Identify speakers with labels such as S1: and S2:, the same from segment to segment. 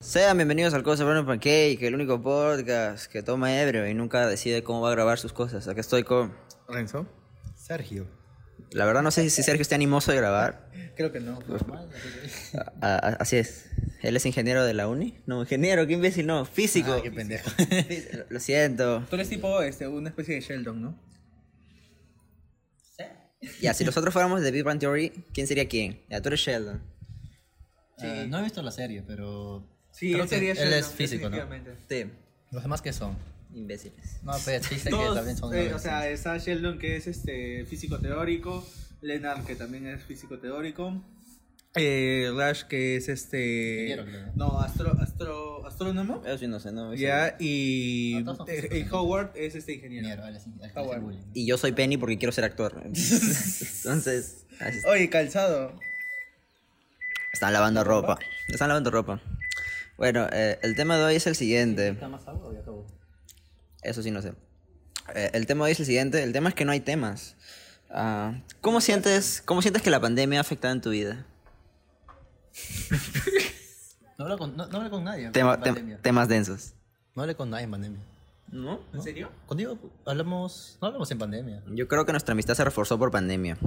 S1: Sean bienvenidos al Cosa Brandon Pancake, el único podcast que toma ebrio y nunca decide cómo va a grabar sus cosas. Aquí estoy con.
S2: Renzo. Sergio.
S1: La verdad, no sé si Sergio está animoso de grabar. Pues,
S2: Creo que no.
S1: A- a- así es. Él es ingeniero de la uni. No, ingeniero, qué imbécil, no. Físico.
S2: Ah, qué pendejo.
S1: Lo- Lo siento.
S2: Tú eres tipo este, una especie de Sheldon, ¿no?
S1: Ya, si nosotros fuéramos de Big Bang Theory, ¿quién sería quién? Ya, tú eres Sheldon.
S3: Ah, no he visto la serie, pero.
S2: Eh, Sí,
S3: creo
S2: él
S3: que
S2: sería Sheldon.
S3: es físico, ¿no?
S2: definitivamente.
S1: Sí.
S3: ¿Los demás qué son?
S1: Imbéciles.
S3: No, pues chiste que también
S2: Todos,
S3: son.
S2: eh, o
S3: imbéciles.
S2: sea, está Sheldon que es este físico teórico, Leonard que también es físico teórico, eh, Rush que es este
S3: Ingeniero, creo,
S2: no Eh, astro, astro astrónomo,
S1: Yo sí no sé, no.
S2: ya y
S3: No, todos son
S2: eh,
S3: físicos,
S2: eh, Howard es este ingeniero.
S3: Ingeniero, él es- él es
S2: Howard.
S3: bullying.
S1: Y yo soy Penny porque quiero ser actor. Entonces, así está.
S2: Oye, calzado.
S1: están lavando ropa. Están lavando ropa. Bueno, eh, el tema de hoy es el siguiente.
S3: ¿Está más agua o ya acabó?
S1: Eso sí, no sé. Eh, el tema de hoy es el siguiente. El tema es que no hay temas. Ah, ¿cómo, sientes, ¿Cómo sientes que la pandemia ha afectado en tu vida?
S3: No hablé con, no, no hablé con nadie.
S1: Tema-
S3: en
S1: tem-
S3: pandemia.
S1: temas densos.
S3: No hablé con nadie en pandemia.
S1: ¿No?
S2: ¿En serio?
S3: Contigo hablamos. No hablamos en pandemia.
S1: Yo creo que nuestra amistad se reforzó por pandemia.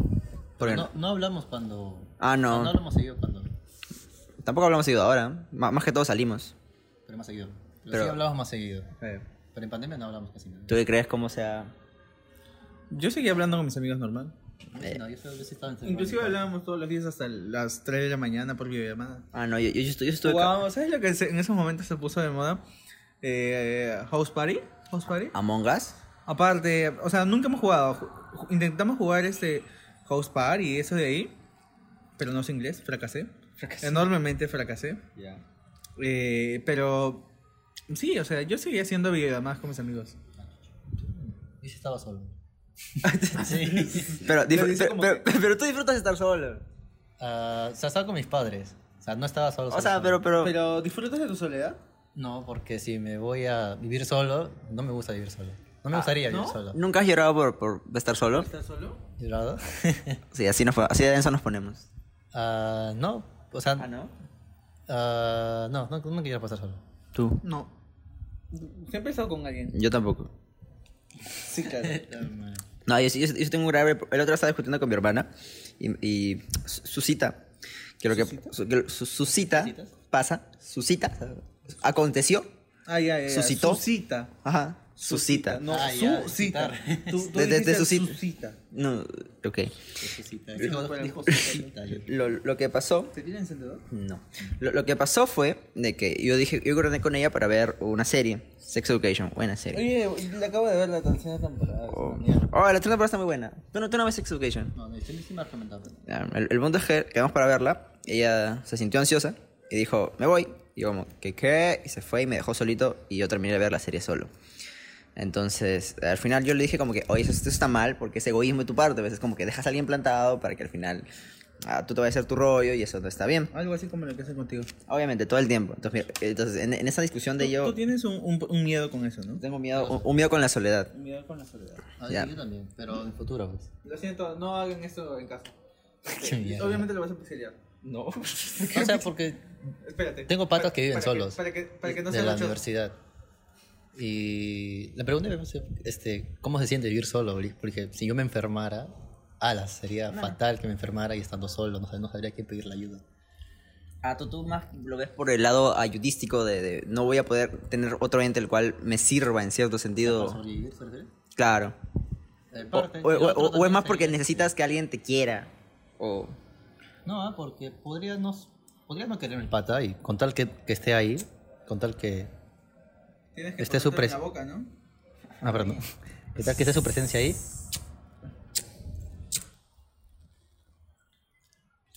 S1: Porque
S3: No, no hablamos cuando.
S1: Ah, no.
S3: No hablamos seguido cuando.
S1: Tampoco hablamos seguido ahora. M- más que todo salimos.
S3: Pero más seguido. Pero,
S1: Pero-
S3: sí hablamos más seguido.
S2: Eh,
S3: Pero en pandemia no hablamos casi nada.
S1: ¿Tú qué crees cómo sea?
S2: Yo seguí hablando con mis amigos normal.
S1: Eh.
S3: No, yo solo- yo sí estaba encerrado.
S2: Inclusive hablábamos todos los días hasta las 3 de la mañana por videollamada.
S1: Ah, no, yo, yo, yo estu- yo estuve... ca-
S2: Jugábamos, ¿sabes lo que se- en esos momentos se puso de moda? Eh, house Party. House Party.
S1: ¿Among Us?
S2: Aparte, o sea, nunca hemos jugado. Ju- Intentamos jugar este House Party y eso de ahí. Pero no sé inglés, fracasé. Enormemente fracasé.
S3: Ya.
S2: Eh, pero sí, o sea, yo seguía haciendo videollamadas con mis amigos.
S3: Yo sí estaba solo. sí.
S1: Pero,
S2: Pero
S1: disfr-
S2: dice
S1: pero,
S2: como
S1: pero- pero tú disfrutas estar solo.
S3: Ah, o sea, estaba con mis padres. O sea, no estaba solo.
S1: O
S3: solo,
S1: sea,
S3: solo.
S1: pero, pero...
S2: Pero, ¿disfrutas de tu soledad?
S3: No, porque si me voy a vivir solo, no me gusta vivir solo. No me gustaría
S2: ¿no?
S3: vivir solo.
S1: ¿Nunca has llorado por, por estar solo?
S2: ¿Estás solo?
S3: ¿Llorado?
S1: Sí, así, nos, fue- así de denso nos ponemos.
S3: Ah, no, o sea,
S2: no?
S3: ah, no, no, no quiero pasar solo.
S1: ¿Tú?
S2: No. Siempre he estado con alguien.
S1: Yo tampoco.
S2: Sí, claro.
S1: No, yo, sí- yo, sí- yo sí tengo un grave... pro- El otro día estaba discutiendo con mi hermana y, y su, su cita... Que lo que, su, que lo- su- su cita pasa, su cita aconteció,
S2: Ay, ay, ay.
S1: ¿Suscitó?
S2: Suscita.
S1: ajá, su, cita.
S2: No,
S3: Ah,
S2: su
S3: ya,
S2: cita.
S3: citar.
S2: Tú, tú
S1: De- de- de
S2: dijiste
S1: su cita.
S2: su cita.
S1: No, ok.
S3: Dijo, dijo su cita, yo-
S1: Lo, lo que pasó,
S2: ¿Te tiene encendedor?
S1: no. Lo, lo que pasó fue de que yo dije, yo coordiné con ella para ver una serie, Sex Education, buena serie.
S2: Oye, le acabo de ver la tercera temporada.
S1: Oh, oh, la tercera temporada está muy buena. Tú no, tú no ves Sex Education.
S3: No, no, yo sí me he recomendado.
S1: Ya, Ah, El, el punto es que quedamos para verla. Ella se sintió ansiosa y dijo, me voy. Y yo como, ¿qué qué? Y se fue y me dejó solito y yo terminé de ver la serie solo. Entonces, al final yo le dije como que, oye, eso, esto está mal porque es egoísmo de tu parte. A veces como que dejas a alguien plantado para que al final ah, tú te vayas a hacer tu rollo y eso no está bien.
S2: Algo así como lo que hace contigo.
S1: Obviamente, todo el tiempo. Entonces, mira, entonces, en, en esa discusión de
S2: Tú-
S1: yo...
S2: Tú tienes un, un- un miedo con eso, ¿no?
S1: Tengo miedo, un- un miedo con la soledad.
S2: Un miedo con la soledad.
S3: Ah,
S1: Ya.
S3: sí, yo también, pero en el futuro, pues.
S2: Lo siento, no hagan esto en casa.
S3: Qué mierda.
S2: Obviamente lo vas a pixelear. No.
S3: O sea, porque
S2: Espérate.
S3: Tengo patas que viven
S2: para
S3: solos.
S2: para, que, para que no
S3: de
S2: se
S3: la
S2: lo
S3: universidad. Y la pregunta es, este, ¿cómo se siente vivir solo? Bri? Porque si yo me enfermara, alas, sería fatal que me enfermara y estando solo, no, sab- no sabría quién pedirle ayuda.
S1: Ah, tú, tú más lo ves por el lado ayudístico de, de no voy a poder tener otro ente el cual me sirva en cierto
S3: ¿Para
S1: sentido.
S3: sobrevivir, se refiere?
S1: Claro.
S3: Eh,
S1: O,
S3: parte,
S1: o-
S3: el
S1: o-
S3: otro
S1: o es
S3: también
S1: más porque
S3: sería-
S1: necesitas que alguien te quiera. O...
S3: No, ah, porque podría no, podría no querer el pata y con tal que, que esté ahí, con tal que...
S2: Tienes que
S3: Este es
S2: ponerte
S3: su pres-
S2: en la boca, ¿no?
S3: Ah, perdón. Con tal que esté su presencia ahí,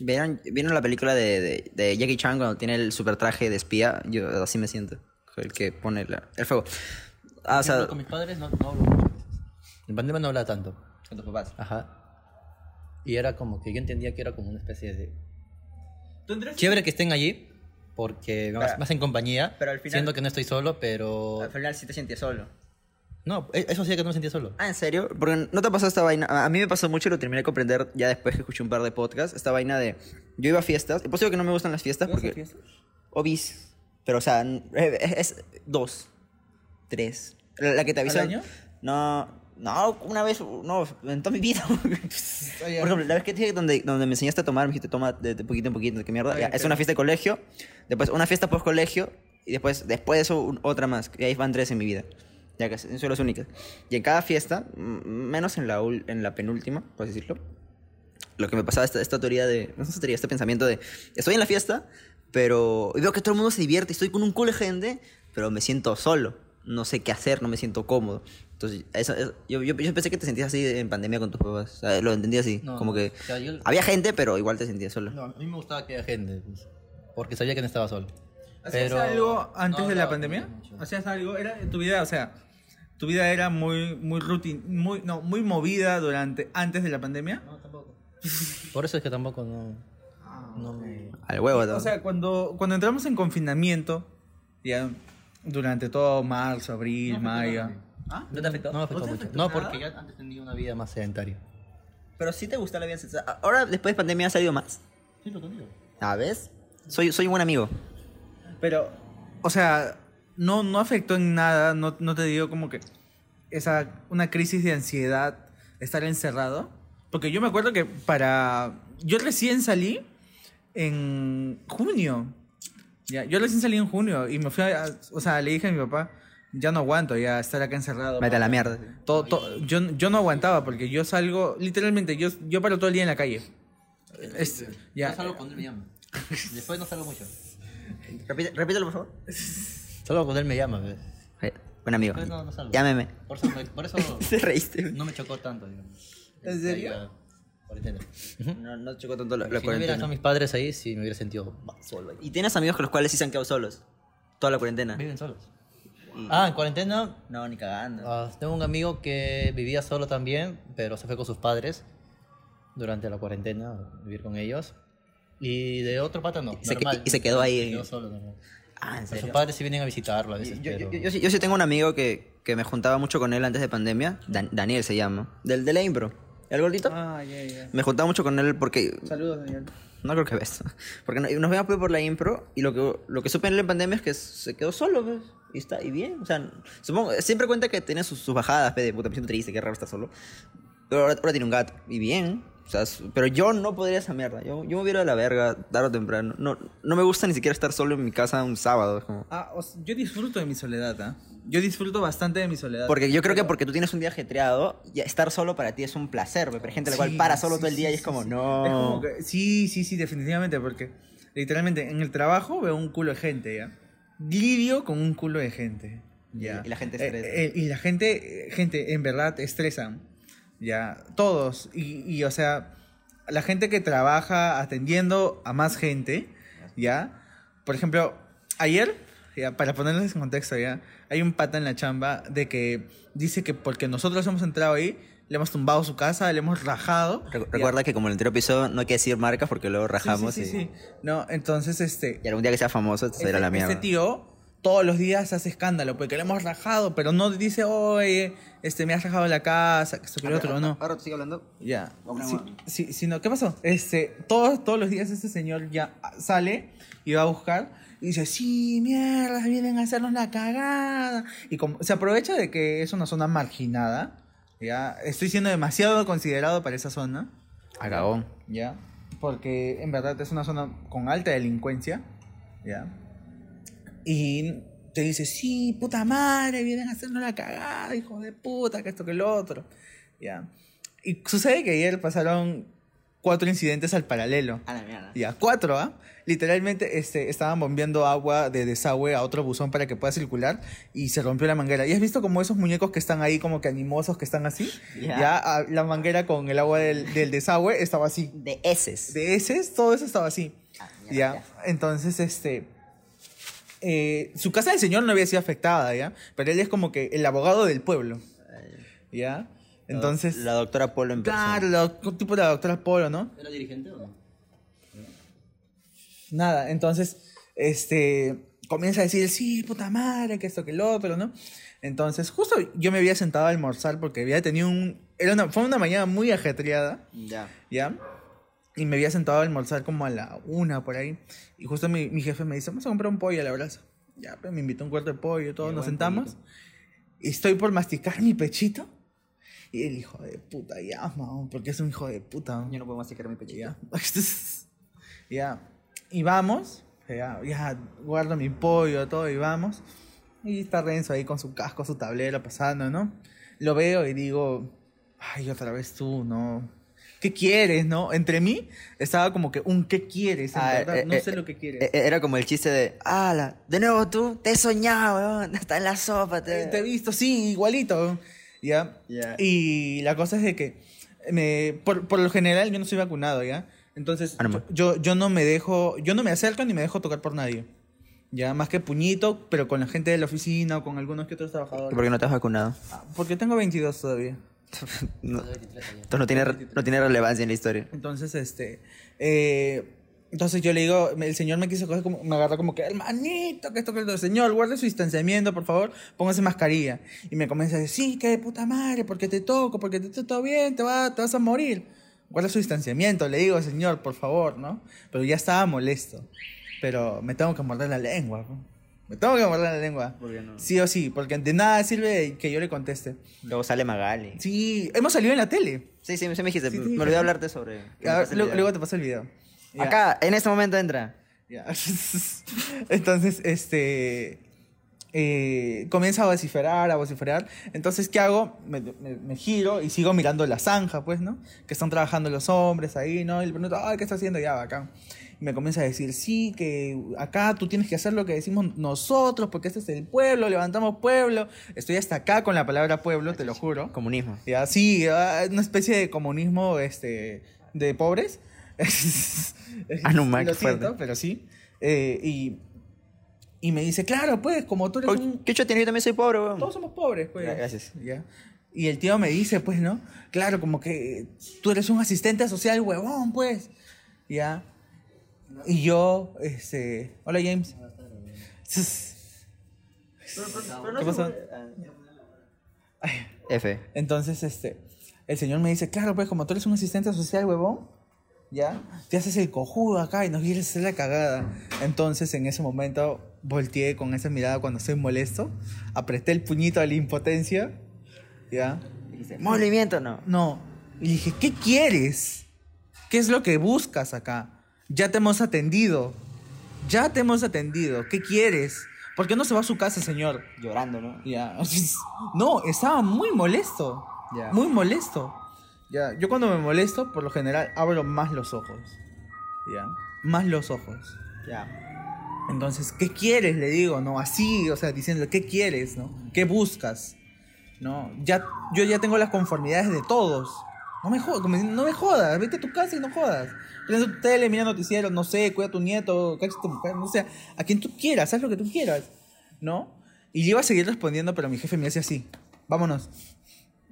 S1: ¿Vieron, ¿Vieron la película de, de- de Jackie Chan cuando tiene el super traje de espía? Yo así me siento. El que pone la- el fuego. Ah, o sea,
S3: con mis padres no, no hablo muchas veces. En pandemia no hablaba tanto.
S1: con tus papás.
S3: Ajá. Y era como que yo entendía que era como una especie de...
S2: ¿Tú Andrés?
S3: Chévere que estén allí, porque más, más en compañía,
S1: pero al final-
S3: siendo que no estoy solo, pero...
S1: Al final sí te sientes solo.
S3: No, e- eso hacía que no me sentía solo.
S1: Ah, ¿en serio? Porque no te pasó esta vaina. A a mí me pasó mucho y lo terminé de comprender ya después que escuché un par de podcasts. Esta vaina de. Yo iba a fiestas. Es posible que no me gustan las fiestas porque. Obis. Pero, o sea, n- eh, es, es dos, tres. La, la que te
S2: ¿Al
S1: avisó.
S2: año?
S1: No, no, una vez, no, en toda mi vida. Por
S2: Oye,
S1: ejemplo, la vez que te dije donde, donde me enseñaste a tomar, me dijiste toma de, de poquito en poquito, qué mierda.
S2: Oye,
S1: Ya, es
S2: pero-
S1: una fiesta de colegio, después una fiesta post colegio y después, después de eso un- otra más. Y ahí van tres en mi vida. Ya que son las únicas. Y en cada fiesta, m- menos en la, ul- en la penúltima, por así decirlo, lo que me pasaba esta, esta teoría de. No es esta teoría, este pensamiento de. Estoy en la fiesta, pero. y veo que todo el mundo se divierte, estoy con un culo de gente, pero me siento solo. No sé qué hacer, no me siento cómodo. Entonces, eso- eso- yo, yo- yo pensé que te sentías así en pandemia con tus papás. O sea, lo entendí así.
S3: No,
S1: como que.
S3: o sea, yo-
S1: Había gente, pero igual te sentías solo.
S3: No, a mí me gustaba que haya gente, pues, porque sabía que no estaba solo.
S2: ¿Hacías
S3: Pero-
S2: algo antes
S3: No,
S2: de la
S3: no,
S2: pandemia?
S3: no, mucho.
S2: ¿Hacías algo? Era tu vida, o sea, tu vida era muy muy rutin, muy no, muy movida durante antes de la pandemia.
S3: No, tampoco. Por eso es que tampoco no. no me-
S1: Al huevo, ¿no?
S2: O sea, cuando cuando entramos en confinamiento ya durante todo marzo, abril, mayo. ¿Ah?
S3: No, me afectó
S2: ¿No te
S3: mucho.
S2: afectó
S3: No,
S2: nada?
S3: porque ya antes tenía una vida más sedentaria.
S1: pero sí te gusta la vida sexual. Ahora, después de pandemia, ha salido más.
S3: Sí, lo conmigo.
S1: ¿A ves? Soy, soy un buen amigo.
S2: Pero o sea, no no afectó en nada, no, no te dio como que esa una crisis de ansiedad estar encerrado, porque yo me acuerdo que para yo recién salí en junio. Ya, yo recién salí en junio y me fui a, a- o sea, le dije a mi papá, ya no aguanto ya estar acá encerrado.
S1: Vete a la
S2: papá".
S1: mierda.
S2: Todo- todo- yo, yo no aguantaba porque yo salgo, literalmente, yo, yo paro todo el día en la calle. Es- ya.
S3: No salgo con él, me llama. Después no salgo mucho.
S1: Repite- repítelo, por favor.
S3: Solo con él me llama, ¿ves?
S1: Eh, Buen amigo.
S3: Pues no, no salgo.
S1: Llámeme.
S3: Por eso, me- por eso
S1: Te reíste.
S3: no me chocó tanto, digamos.
S2: ¿En serio?
S3: Ahí, ah, Cuarentena.
S1: No, no chocó tanto la, la
S3: si no hubiera
S1: cuarentena.
S3: estado mis padres ahí, sí me hubiera sentido más solo. ahí.
S1: Y tienes amigos con los cuales sí se han quedado solos. Toda la cuarentena.
S3: Viven solos. Ah, en cuarentena
S1: No, ni cagando.
S3: Ah, tengo un amigo que vivía solo también, pero se fue con sus padres durante la cuarentena a vivir con ellos. Y de otro pata no.
S1: Y se que-
S3: normal.
S1: y se quedó ahí.
S3: quedó solo normal.
S1: Ah, en
S3: Pero Sus
S1: serio.
S3: padres sí vienen a visitarlo a veces.
S1: Yo, yo-
S3: pero-
S1: yo sí- yo sí tengo un amigo que, que me juntaba mucho con él antes de pandemia. Dan- Daniel se llama. Del, del Aimbro. ¿El gordito?
S2: Ah, ya, ya.
S1: Me juntaba mucho con él porque
S2: Saludos, Daniel.
S1: No creo que ves. Porque no- nos vemos pues, por la impro y lo que, lo que supe en la pandemia es que se quedó solo, pues. Y está, y bien. O sea, supongo, siempre cuenta que tiene sus, sus bajadas, pues, de puta, me siento triste, qué raro estar solo. Pero ahora, ahora tiene un gato, y bien. O sea, su- pero yo no podría esa mierda. Yo, yo me hubiera de la verga, tarde o temprano. No, no me gusta ni siquiera estar solo en mi casa un sábado. es como-
S2: Ah, o sea, yo disfruto de mi soledad, ¿ah? Yo disfruto bastante de mi soledad.
S1: Porque yo creo que porque tú tienes un día ajetreado, ya estar solo para ti es un placer, pues. Pero hay gente a la cual
S2: Sí,
S1: para solo
S2: sí,
S1: todo el día
S2: sí,
S1: y es
S2: sí,
S1: como,
S2: sí.
S1: no.
S2: Es como que- sí, sí, sí, definitivamente, porque literalmente en el trabajo veo un culo de gente, ¿ya? Lidio con un culo de gente. Ya.
S1: Y- y la gente
S2: Eh,
S1: estresa.
S2: eh, y la gente, eh, gente, en verdad, estresan. Ya, todos. Y, y, o sea, la gente que trabaja atendiendo a más gente, ya. Por ejemplo, ayer, ya, para ponerles en contexto, ya, hay un pata en la chamba de que dice que porque nosotros hemos entrado ahí, le hemos tumbado su casa, le hemos rajado.
S1: Recu-
S2: ya.
S1: Recuerda que como en el anterior episodio no hay que decir marcas porque luego
S2: Sí, sí,
S1: rajamos
S2: sí,
S1: y-
S2: sí. No, entonces este.
S1: Y algún día que sea famoso, te será
S2: este-
S1: la mierda.
S2: Este tío todos los días hace escándalo porque le hemos rajado, pero no dice, oye, este, me has rajado la casa, que esto
S1: Ah,
S2: que lo otro, no.
S1: Ahora tú sigue hablando.
S2: Ya.
S1: Vamos,
S2: Sí,
S1: vamos.
S2: sí, sí, no, ¿qué pasó? Este, todos, todos los días este señor ya sale y va a buscar y dice, sí, mierda, vienen a hacernos la cagada. Y como, se aprovecha de que es una zona marginada, ya, estoy siendo demasiado considerado para esa zona,
S1: Acabón.
S2: ya, porque en verdad es una zona con alta delincuencia, ya. Y te dice, sí, puta madre, vienen a hacernos la cagada, hijo de puta, que esto, que lo otro. Ya. Y sucede que ayer pasaron cuatro incidentes al paralelo.
S1: A la mierda.
S2: Ya, cuatro, ¿ah? Literalmente este, estaban bombeando agua de desagüe a otro buzón para que pueda circular y se rompió la manguera. ¿Y has visto como esos muñecos que están ahí, como que animosos, que están así?
S1: Ya.
S2: Ya, ah, la manguera con el agua del, del desagüe estaba así.
S1: De heces.
S2: De ese, todo eso estaba así.
S1: Ah, mierda,
S2: Ya, entonces, este... eh, su casa del señor no había sido afectada, ¿ya? Pero él es como que el abogado del pueblo, ¿ya?
S1: La-
S2: Entonces...
S1: La doctora Polo en
S2: Claro,
S1: persona.
S2: la doc- tipo la doctora Polo, ¿no?
S3: ¿Era dirigente o no?
S2: Nada, entonces, este, comienza a decir, sí, puta madre, que esto, que lo otro, ¿no? Entonces, justo yo me había sentado a almorzar porque había tenido un, era una, fue una mañana muy ajetreada,
S1: Ya.
S2: ¿ya? Y me había sentado a almorzar como a la una por ahí. Y justo mi, mi jefe me dice, vamos a comprar un pollo a la brasa. Ya, pues me invitó un cuarto de pollo, todos
S1: Ya,
S2: nos
S1: buen
S2: sentamos. Y estoy por masticar mi pechito. Y el hijo de puta, ya, mamón, porque es un hijo de puta. ¿no?
S1: Yo no puedo masticar mi pechito.
S2: Ya. ya. Y vamos. Ya, ya, guardo mi pollo, todo, y vamos. Y está Renzo ahí con su casco, su tablero, pasando, ¿no? Lo veo y digo, ay, otra vez tú, ¿no? ¿Qué quieres, no? Entre mí estaba como que un ¿qué quieres? En
S1: Ah,
S2: verdad,
S1: eh,
S2: no
S1: eh,
S2: sé lo que quieres.
S1: Eh, eh, Era como el chiste de, ala, de nuevo tú, te he soñado, weón, está en la sopa,
S2: te,
S1: te...
S2: te he visto, sí, igualito. ¿Ya?
S1: Ya.
S2: Y la cosa es de que, me, por, por lo general, yo no soy vacunado, ¿ya? Entonces,
S1: Ah, no más.
S2: yo, yo no me dejo, yo no me acerco ni me dejo tocar por nadie. Ya, más que puñito, pero con la gente de la oficina o con algunos que otros trabajadores.
S1: ¿Por qué no te has vacunado?
S2: Ah, Porque tengo 22 todavía.
S1: No,
S3: Son 23 años.
S1: entonces no tiene, no tiene relevancia en la historia.
S2: Entonces, este. eh, entonces yo le digo, me- el señor me quiso coger como, me agarró como que, hermanito, que esto, que el Señor, guarde su distanciamiento, por favor, póngase mascarilla. Y me comienza a decir, sí, que de puta madre, porque te toco, porque te toco bien, te, va, te vas a morir. Guarda su distanciamiento, le digo, señor, por favor, ¿no? Pero ya estaba molesto. Pero me tengo que morder la lengua, ¿no? Me tengo que morder la lengua.
S1: ¿Por qué no?
S2: Sí o sí, porque de nada sirve que yo le conteste.
S1: Luego sale Magali. Sí,
S2: Sí, hemos salido en la tele.
S1: sí, sí, me dijiste,
S2: Sí, sí.
S1: me olvidé hablarte sobre...
S2: A ver, luego, luego te paso el video. Ya.
S1: Acá, en este momento entra.
S2: Ya. Entonces, este. eh, comienza a vociferar, a vociferar. Entonces, ¿qué hago? Me, me- me giro y sigo mirando la zanja, pues, ¿no? Que están trabajando los hombres ahí, ¿no? Y le pregunto, ay, ¿qué está haciendo ya acá? Y me comienza a decir, sí, que acá tú tienes que hacer lo que decimos nosotros, porque este es el pueblo, levantamos pueblo. Estoy hasta acá con la palabra pueblo, te lo juro.
S1: Comunismo.
S2: Ya, sí, ah, una especie de comunismo este, de pobres.
S1: Ah, no, man,
S2: Lo
S1: qué fuerte.
S2: siento, pero sí. Eh, y, y me dice, claro, pues, como tú eres
S1: Oye,
S2: un...
S1: ¿Qué yo Yo también soy pobre, weón.
S2: Todos somos pobres, pues.
S1: Gra- gracias.
S2: Ya. Y el tío me dice, pues, ¿no? Claro, como que tú eres un asistente social, huevón, pues. Ya. Y yo, este... Hola, James. ¿Qué pasó?
S1: F.
S2: Entonces, este, el señor me dice, claro, pues como tú eres un asistente social, huevón, ya, te haces el cojudo acá y nos quieres hacer la cagada. Entonces, en ese momento, volteé con esa mirada cuando estoy molesto, apreté el puñito a la impotencia, ya.
S1: Movimiento, no.
S2: No, y dije, ¿qué quieres? ¿Qué es lo que buscas acá? Ya te hemos atendido, ya te hemos atendido, ¿qué quieres? ¿Por qué no se va a su casa, señor?
S1: Llorando, ¿no?
S2: Ya. No, estaba muy molesto.
S1: Ya.
S2: Muy molesto. Ya. Yo cuando me molesto, por lo general, abro más los ojos. Ya. Más los ojos.
S1: Ya.
S2: Entonces, ¿qué quieres? Le digo, ¿no? Así, o sea, diciendo, ¿qué quieres? ¿No? ¿Qué buscas? ¿No? Ya, yo ya tengo las conformidades de todos. No me jodas, no me jodas, vete a tu casa y no jodas. Prende tu tele, mira noticieros, no sé, cuida a tu nieto, cacha a tu mujer, no sé, a quien tú quieras, haz lo que tú quieras, ¿no? Y yo iba a seguir respondiendo, pero mi jefe me hace así, vámonos.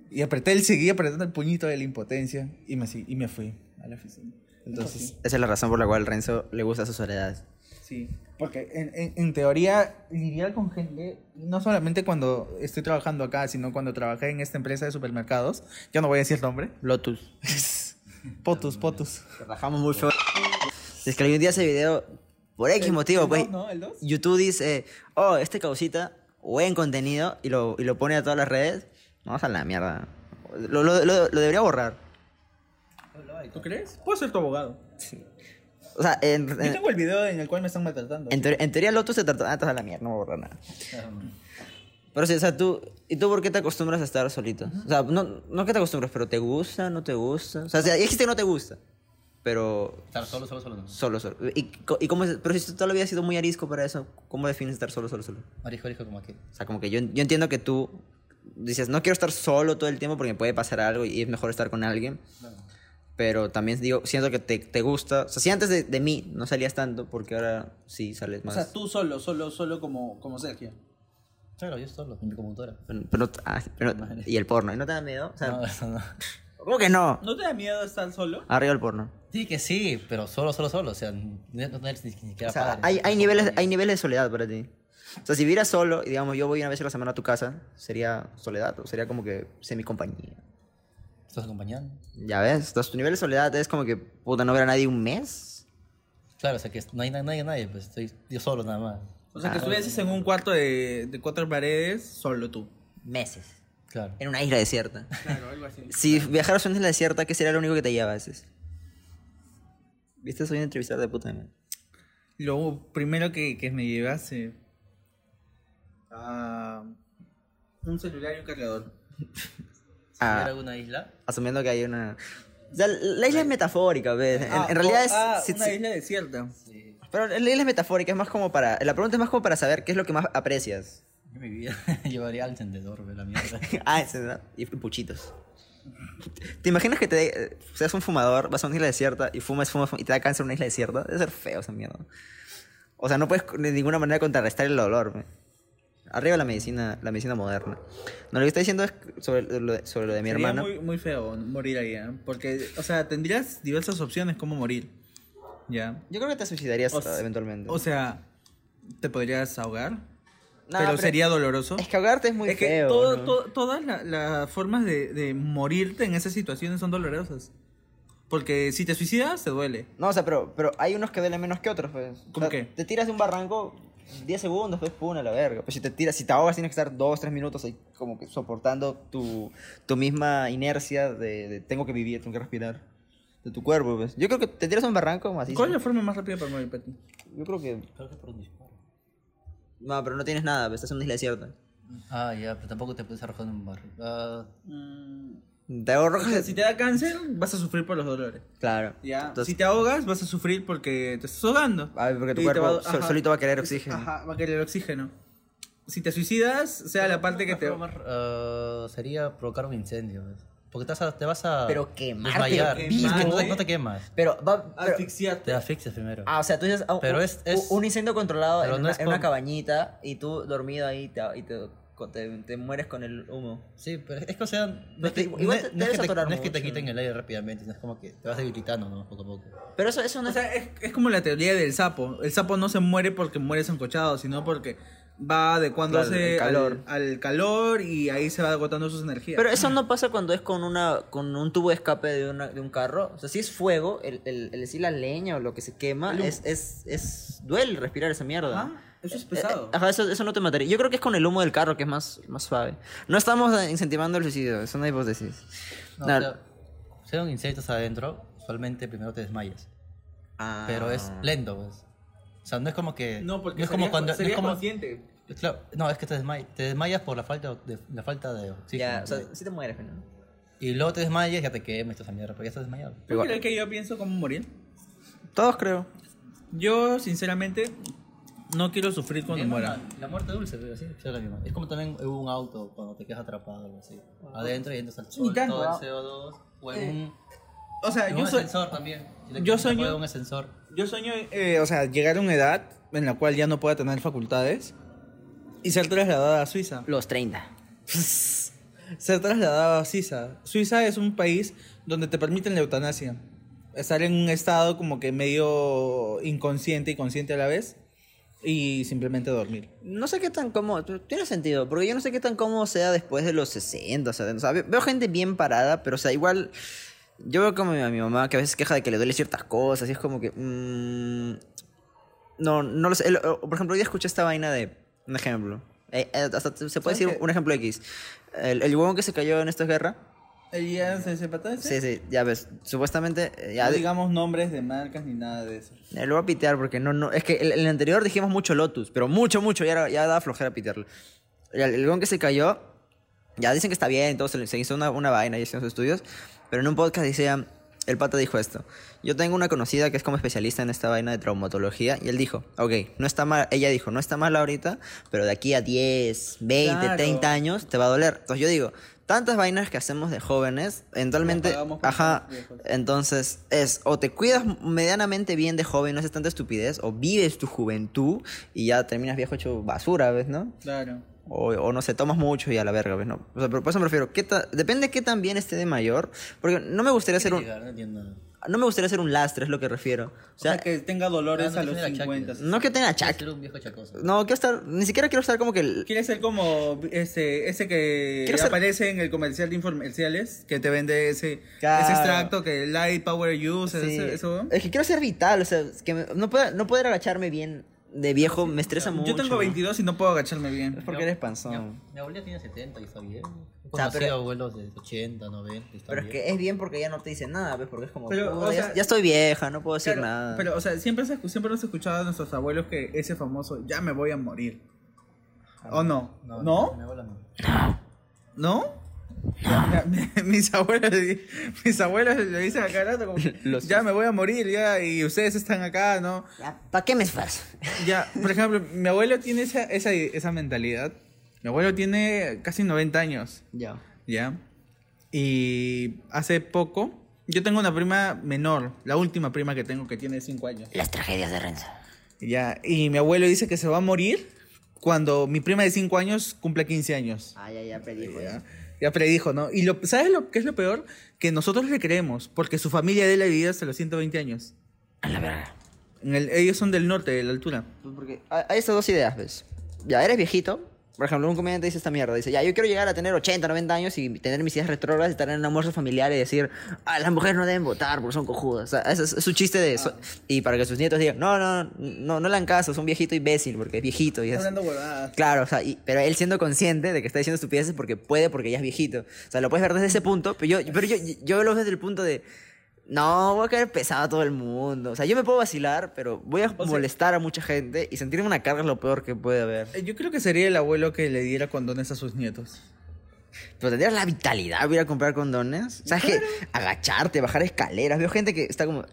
S2: Y apreté el, seguí apretando el puñito de la impotencia y me, sig- y me fui a la oficina.
S1: Entonces, esa es la razón por la cual Renzo le gusta sus soledades.
S2: Sí, porque en, en- en teoría lidiar con gente, no solamente cuando estoy trabajando acá, sino cuando trabajé en esta empresa de supermercados, yo no voy a decir el nombre,
S1: Lotus.
S2: Potus, Potus.
S1: Te rajamos muy feo. Si es que algún día ese video, por X motivo, pues,
S2: ¿No? ¿El 2?
S1: YouTube dice, oh, este causita, buen contenido, y lo, y lo pone a todas las redes, vamos a la mierda. Lo, lo- lo- lo debería borrar.
S2: ¿Tú crees? Puedo ser tu abogado.
S1: O sea, en,
S2: Yo
S1: en,
S2: tengo el video en el cual me están maltratando.
S1: en teor- en teoría Lotus se trató, ah, estás a la mierda, no voy a borrar nada. Pero sí, o sea, tú, ¿y tú por qué te acostumbras a estar solito? O sea, no, no que te acostumbras, pero ¿te gusta, no te gusta? O sea, si existe que no te gusta, pero
S3: Estar solo, solo, solo. No.
S1: solo, solo. ¿Y, co- y cómo es? Pero si tú toda la vida has sido muy arisco para eso, ¿cómo defines estar solo, solo, solo?
S3: Marijo, dijo como que.
S1: O sea, como que yo, yo entiendo que tú dices, no quiero estar solo todo el tiempo porque me puede pasar algo y es mejor estar con alguien. Pero también digo, siento que te, te gusta. O sea, si antes de, de mí no salías tanto, porque ahora sí sales más.
S2: tú solo, solo, solo como, como Sergio.
S3: Claro, yo solo, en mi computadora.
S1: Pero- pero- ah, pero- y el porno, ¿y no te da miedo? O sea,
S3: No, eso no.
S1: ¿Cómo que no?
S2: ¿No te da miedo estar solo?
S1: Arriba el porno.
S3: Sí, que sí, pero solo, solo, solo. O sea, no no tener ni, ni siquiera
S1: O sea,
S3: padres.
S1: hay, hay, niveles, hay niveles de soledad para ti. O sea, si vivieras solo y digamos yo voy una vez a la semana a tu casa, sería soledad o sería como que semi compañía.
S3: Estás acompañando.
S1: Ya ves, entonces tu nivel de soledad es como que puta no ver a nadie un mes.
S3: Claro, o sea, que no hay na- nadie, nadie, pues estoy yo solo nada más.
S2: O
S1: Ah.
S2: sea, que estuvieses en un cuarto de, de cuatro paredes, solo tú.
S1: Meses.
S3: Claro.
S1: En una isla desierta.
S2: Claro, algo así.
S1: Si viajaras a una isla desierta, ¿qué sería lo único que te lleva a veces? Viste, soy un entrevistador de puta madre.
S2: Lo primero que, que me llevase. ah, un celular y un cargador.
S1: Ah.
S3: ¿Era alguna isla?
S1: Asumiendo que hay una. O sea, la isla es metafórica, ¿ves? En,
S2: Ah,
S1: en realidad
S2: o-
S1: es.
S2: ah,
S1: si-
S2: una
S1: si-
S2: isla desierta.
S1: Pero la isla es metafórica, es más como para. La pregunta es más como para saber qué es lo que más aprecias.
S3: Yo mi vida llevaría al tendedor, ve la mierda.
S1: ah, es verdad. Y puchitos. ¿Te imaginas que te de- seas un fumador, vas a una isla desierta y fumas, fumas, fumas, y te da cáncer en una isla desierta? Debe ser feo esa mierda. O sea, no puedes de ninguna manera contrarrestar el dolor. ¿me? Arriba la medicina, la medicina moderna. No, lo que está diciendo es sobre lo de, sobre lo de mi
S2: Sería
S1: hermana.
S2: Muy, muy feo morir ahí, ¿eh? Porque, o sea, tendrías diversas opciones cómo morir. ¿Ya?
S1: Yo creo que te suicidarías
S2: O sea-
S1: eventualmente.
S2: O sea, te podrías ahogar.
S1: No,
S2: pero, sería doloroso.
S1: Es que ahogarte es muy
S2: Es que
S1: feo.
S2: todo-
S1: ¿no?
S2: to- todas la- las formas de, de morirte en esas situaciones son dolorosas. Porque si te suicidas, te duele.
S1: No, o sea, pero, pero hay unos que duelen menos que otros, pues. O
S2: ¿Cómo
S1: sea,
S2: qué?
S1: Te tiras de un barranco 10 segundos, pues, pum, a la verga. Pues si te tiras, si te ahogas tienes que estar 2, 3 minutos ahí como que soportando tu, tu misma inercia de, de tengo que vivir, tengo que respirar. De tu cuerpo, pues. Yo creo que te tiras a un barranco más así.
S2: ¿Cuál es la forma más rápida para morir para ti?
S1: Yo creo que...
S3: Creo que por un disparo.
S1: No, pero no tienes nada, pues, estás en una isla desierta.
S3: Ah, ya, pero tampoco te puedes arrojar en un barrio. Ah,
S1: Te
S2: O sea,
S1: ahorras...
S2: si te da cáncer, vas a sufrir por los dolores.
S1: Claro.
S2: Ya.
S1: Entonces,
S2: si te ahogas, vas a sufrir porque te estás ahogando.
S1: Ah, porque tu
S2: Y te
S1: cuerpo
S2: a-
S1: sol-
S2: ajá.
S1: solito va a querer
S2: Es-
S1: oxígeno.
S2: Ajá, va a querer oxígeno. Si te suicidas, sea la parte que te.
S3: Pero más, ah, sería provocar un incendio. ¿ves? Porque te vas a, te vas a
S1: Pero quemarte,
S3: desmayar.
S1: pero
S3: Es que no,
S2: quemarte.
S3: no te quemas.
S1: Pero va... pero-
S3: Te
S2: Asfixiarte.
S3: asfixias primero.
S1: Ah, o sea, tú dices ah,
S3: Pero
S1: un,
S3: es- es-
S1: un incendio controlado
S3: pero
S1: en,
S3: no
S1: una,
S3: es
S1: en una
S3: con-
S1: cabañita y tú dormido ahí te, y te, con- te, te mueres con el humo.
S3: Sí, pero es que, o sea, no,
S1: es que
S3: te-
S1: igual
S3: no
S1: te- te
S3: es- no es
S1: debes
S3: que te-
S1: atorar
S3: no es que te
S1: mucho.
S3: quiten el aire rápidamente, sino es como que te vas debilitando, ¿no? Poco a poco.
S1: Pero eso, eso no
S2: O
S1: es...
S2: sea, es, es como la teoría del sapo. El sapo no se muere porque mueres encochado, sino porque va adecuándose
S1: Claro, el calor.
S2: Al, al calor y ahí se va agotando sus energías.
S1: Pero eso no pasa cuando es con una con un tubo de escape de, una- de un carro. O sea, si es fuego, el, el, el decir la leña o lo que se quema,
S2: El humo.
S1: es, es, es... Duele respirar esa mierda.
S2: Ajá, eso es
S1: Eh,
S2: pesado.
S1: eh, Ajá, eso, eso no te mataría. Yo creo que es con el humo del carro que es más, más suave. No estamos eh, incentivando el suicidio, eso no hay hipótesis.
S3: No,
S1: No.
S3: o sea, si hay insectos adentro, usualmente primero te desmayas.
S1: Ah.
S3: Pero es lento, pues. O sea, no es como
S1: eh,
S3: que.
S2: No, porque
S3: es como
S2: serías-
S3: cuando. no es
S2: serías
S3: como-
S2: consciente.
S3: Claro, no, es que te, desmay- te desmayas por la falta de, la falta de oxígeno.
S1: Ya, o sea, si te mueres, ¿no?
S3: y luego te desmayas y ya te quemas esta mierda, porque ya estás desmayado.
S2: ¿Tú
S1: Igual.
S2: crees que yo pienso cómo morir?
S1: Todos creo.
S2: Yo, sinceramente, no quiero sufrir cuando muera.
S3: La muerte dulce, pero sí, es la misma. Es como también en un auto cuando te quedas atrapado o algo así. Adentro y entras al sol,
S2: tanto,
S3: todo el
S2: ah.
S3: CO2. O en un,
S2: O sea,
S3: en
S2: yo
S3: un
S2: soy.
S3: ascensor también. Si te
S2: yo
S3: quedas
S2: sueño-
S3: atrapado en un ascensor.
S2: Yo sueño, eh, o sea, llegar a una edad en la cual ya no pueda tener facultades y ser trasladada a Suiza.
S1: Los 30.
S2: Ser trasladada a Suiza. Suiza es un país donde te permiten la eutanasia. Estar en un estado como que medio inconsciente y consciente a la vez y simplemente dormir.
S1: No sé qué tan cómodo, t- tiene sentido, porque yo no sé qué tan cómodo sea después de los 60, o sea, o sea, ve- veo gente bien parada, pero o sea, igual yo veo como a mi mamá que a veces queja de que le duele ciertas cosas y es como que... mm, no, no lo sé. El- o- por ejemplo, hoy día escuché esta vaina de... Un ejemplo. Eh, eh, hasta te- se puede
S2: ¿Sabes
S1: decir
S2: qué?
S1: un ejemplo X. El, el huevón que se cayó en esta guerra.
S2: ¿Elías se sepata
S1: Sí, sí, ya ves. Supuestamente... eh, ya
S2: no
S1: de-
S2: digamos nombres de marcas ni nada de eso.
S1: eh, Lo voy a pitear porque no, no. Es que el, el anterior dijimos mucho Lotus, pero mucho, mucho. Ya, era- ya daba flojera pitearlo. El, el weón que se cayó, ya dicen que está bien, todo se, le- se hizo una, una vaina y hicieron sus estudios. Pero en un podcast decía, el pata dijo esto. Yo tengo una conocida que es como especialista en esta vaina de traumatología y él dijo, ok, no está mal. Ella dijo, no está mal ahorita, pero de aquí a 10, 20,
S2: Claro.
S1: 30 años te va a doler. Entonces yo digo, tantas vainas que hacemos de jóvenes, eventualmente,
S2: pagamos con
S1: ajá,
S2: los viejos.
S1: entonces es o te cuidas medianamente bien de joven, no haces tanta estupidez, o vives tu juventud y ya terminas viejo hecho basura, ¿ves, no?
S2: Claro.
S1: O, o no sé, tomas mucho y a la verga, ¿ves, no? O sea, pero por eso me refiero, ¿qué ta- depende de qué tan bien esté de mayor, porque no me gustaría ser un,
S3: Llegar, no entiendo nada.
S1: no me gustaría ser un lastre, es lo que refiero. O
S2: O sea,
S1: sea,
S2: que tenga dolores
S3: Ah,
S2: a
S3: no,
S2: los
S3: tiene la
S2: 50.
S3: cháquera.
S1: no que tenga chac.
S3: Ser un viejo chacoso.
S1: No, quiero estar, ni siquiera quiero estar como que el-
S2: ¿Quieres ser como este, ese que
S1: Quiero ser-
S2: aparece en el comercial de infomerciales? Que te vende ese,
S1: Claro.
S2: ese extracto que Light Power Use,
S1: Sí.
S2: ese- eso.
S1: Es que quiero ser vital, o sea, es que me- no, puedo, no poder agacharme bien de viejo me estresa mucho.
S2: Yo tengo 22 y no puedo agacharme bien.
S1: Es porque eres panzón.
S3: Mi abuela tiene 70 y está bien. He
S1: sea,
S3: conocido
S1: pero-
S3: abuelos de 80, 90 y está
S1: Pero es
S3: bien.
S1: que es bien porque ya no te dicen nada, ¿ves? Porque es como.
S2: Pero,
S1: "Puta,
S2: o
S1: ya,
S2: sea-
S1: ya estoy vieja, no puedo decir
S2: Claro,
S1: nada.
S2: Pero, o sea, siempre, se escu- siempre hemos escuchado a nuestros abuelos que ese famoso, ya me voy a morir. ¿O no? ¿No?
S3: Mi abuela no.
S2: ¿No? Ya, mi- mis, abuelos, di- mis abuelos le dicen a cada rato como, que,
S1: Los-
S2: ya me voy a morir, ya, y ustedes están acá, ¿no?
S1: ¿Para qué me esfuerzo?
S2: Ya, por ejemplo, mi abuelo tiene esa, esa, esa mentalidad. Mi abuelo tiene casi 90 años,
S1: Ya.
S2: ¿ya? Y hace poco, yo tengo una prima menor, la última prima que tengo que tiene 5 años.
S1: Las tragedias de Renzo.
S2: Ya, y mi abuelo dice que se va a morir cuando mi prima de 5 años cumpla 15 años.
S1: Ah, ya, ya, predijo.
S2: Ya,
S1: Ya.
S2: ya predijo, ¿no? Y lo, ¿sabes lo que es lo peor? Que nosotros le creemos, porque su familia de él ha vivido hasta los 120 años.
S1: A la verga.
S2: En el- ellos son del norte, de la altura.
S1: Pues Porque hay hay esas dos ideas, ¿ves? Ya, eres viejito. Por ejemplo, un comediante dice esta mierda. Dice, ya, yo quiero llegar a tener 80, 90 años y tener mis ideas retrógradas, estar en un almuerzo familiar y decir, ah, las mujeres no deben votar porque son cojudas. O sea, ese es su chiste de eso.
S2: Ah.
S1: Y para que sus nietos digan, no, no, no, no le hagan caso, es un viejito imbécil porque es viejito y es...
S2: huevadas.
S1: Claro, o sea, y- pero él siendo consciente de que está diciendo estupideces porque puede, porque ya es viejito. O sea, lo puedes ver desde ese punto, pero yo, pero yo, yo lo veo desde el punto de... No, voy a caer pesado a todo el mundo. O sea, yo me puedo vacilar, pero voy a
S2: sea-
S1: molestar a mucha gente y sentirme una carga es lo peor que puede haber.
S2: Eh, Yo creo que sería el abuelo que le diera condones a sus nietos.
S1: Pero tendrías la vitalidad de ir a comprar condones. O sea, es que agacharte, bajar escaleras. Veo gente que está como...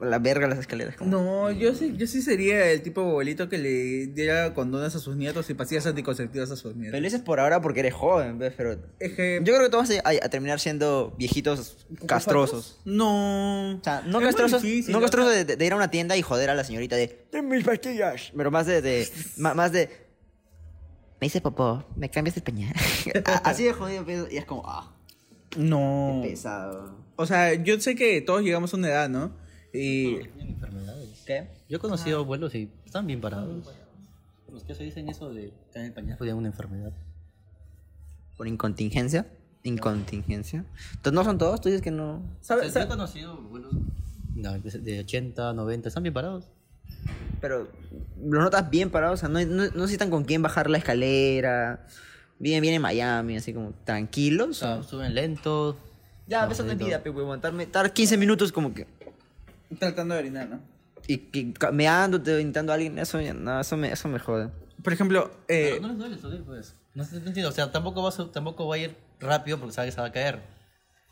S1: La verga las escaleras. Como,
S2: No, yo sí, yo sí sería el tipo de abuelito que le diera condones a sus nietos y pastillas anticonceptivas a sus
S1: Pero
S2: nietos.
S1: lo dices por ahora porque eres joven, ¿ves? Pero...
S2: Es que...
S1: Yo creo que todos vas a- a terminar siendo viejitos castrosos.
S2: No.
S1: O sea, no
S2: Es muy
S1: castrosos,
S2: difícil,
S1: no
S2: o
S1: castrosos
S2: sea,
S1: de, de ir a una tienda y joder a la señorita de "Dame mis pastillas. Pero más de, de- ma- más de me dice popó, me cambias el pañal. A- Así de jodido pedo, y es como ah,
S2: No.
S1: qué pesado.
S2: O sea, yo sé que todos llegamos a una edad, ¿no? Y
S3: Tienen enfermedades.
S1: ¿Qué?
S3: Yo he conocido abuelos y están bien parados. Los que se dicen eso de tener el pañal de una enfermedad.
S1: Por incontingencia, incontingencia. Entonces no son todos, tú dices que no.
S2: ¿Sabes?
S3: O sea, yo he conocido abuelos no, de- de 80, 90, están bien parados.
S1: Pero los notas bien parados, o sea, no, no, no necesitan con quién bajar la escalera. Bien, bien en Miami, así como tranquilos.
S2: Ah.
S3: O sea, suben lentos.
S1: Ya,
S3: No,
S1: eso no es
S3: bonito.
S1: vida, pe, huevón. Tarme- Estar 15 minutos como que Mm.
S2: Tratando de orinar, ¿no?
S1: y, que ca- meándote, intentando a alguien, eso, ya- no, eso, me, eso me jode.
S2: Por ejemplo, eh,
S3: Pero no les duele subir, pues. No, sé, no entiendo. O sea, tampoco va, a, su- tampoco va a ir rápido porque sabe que se va a caer.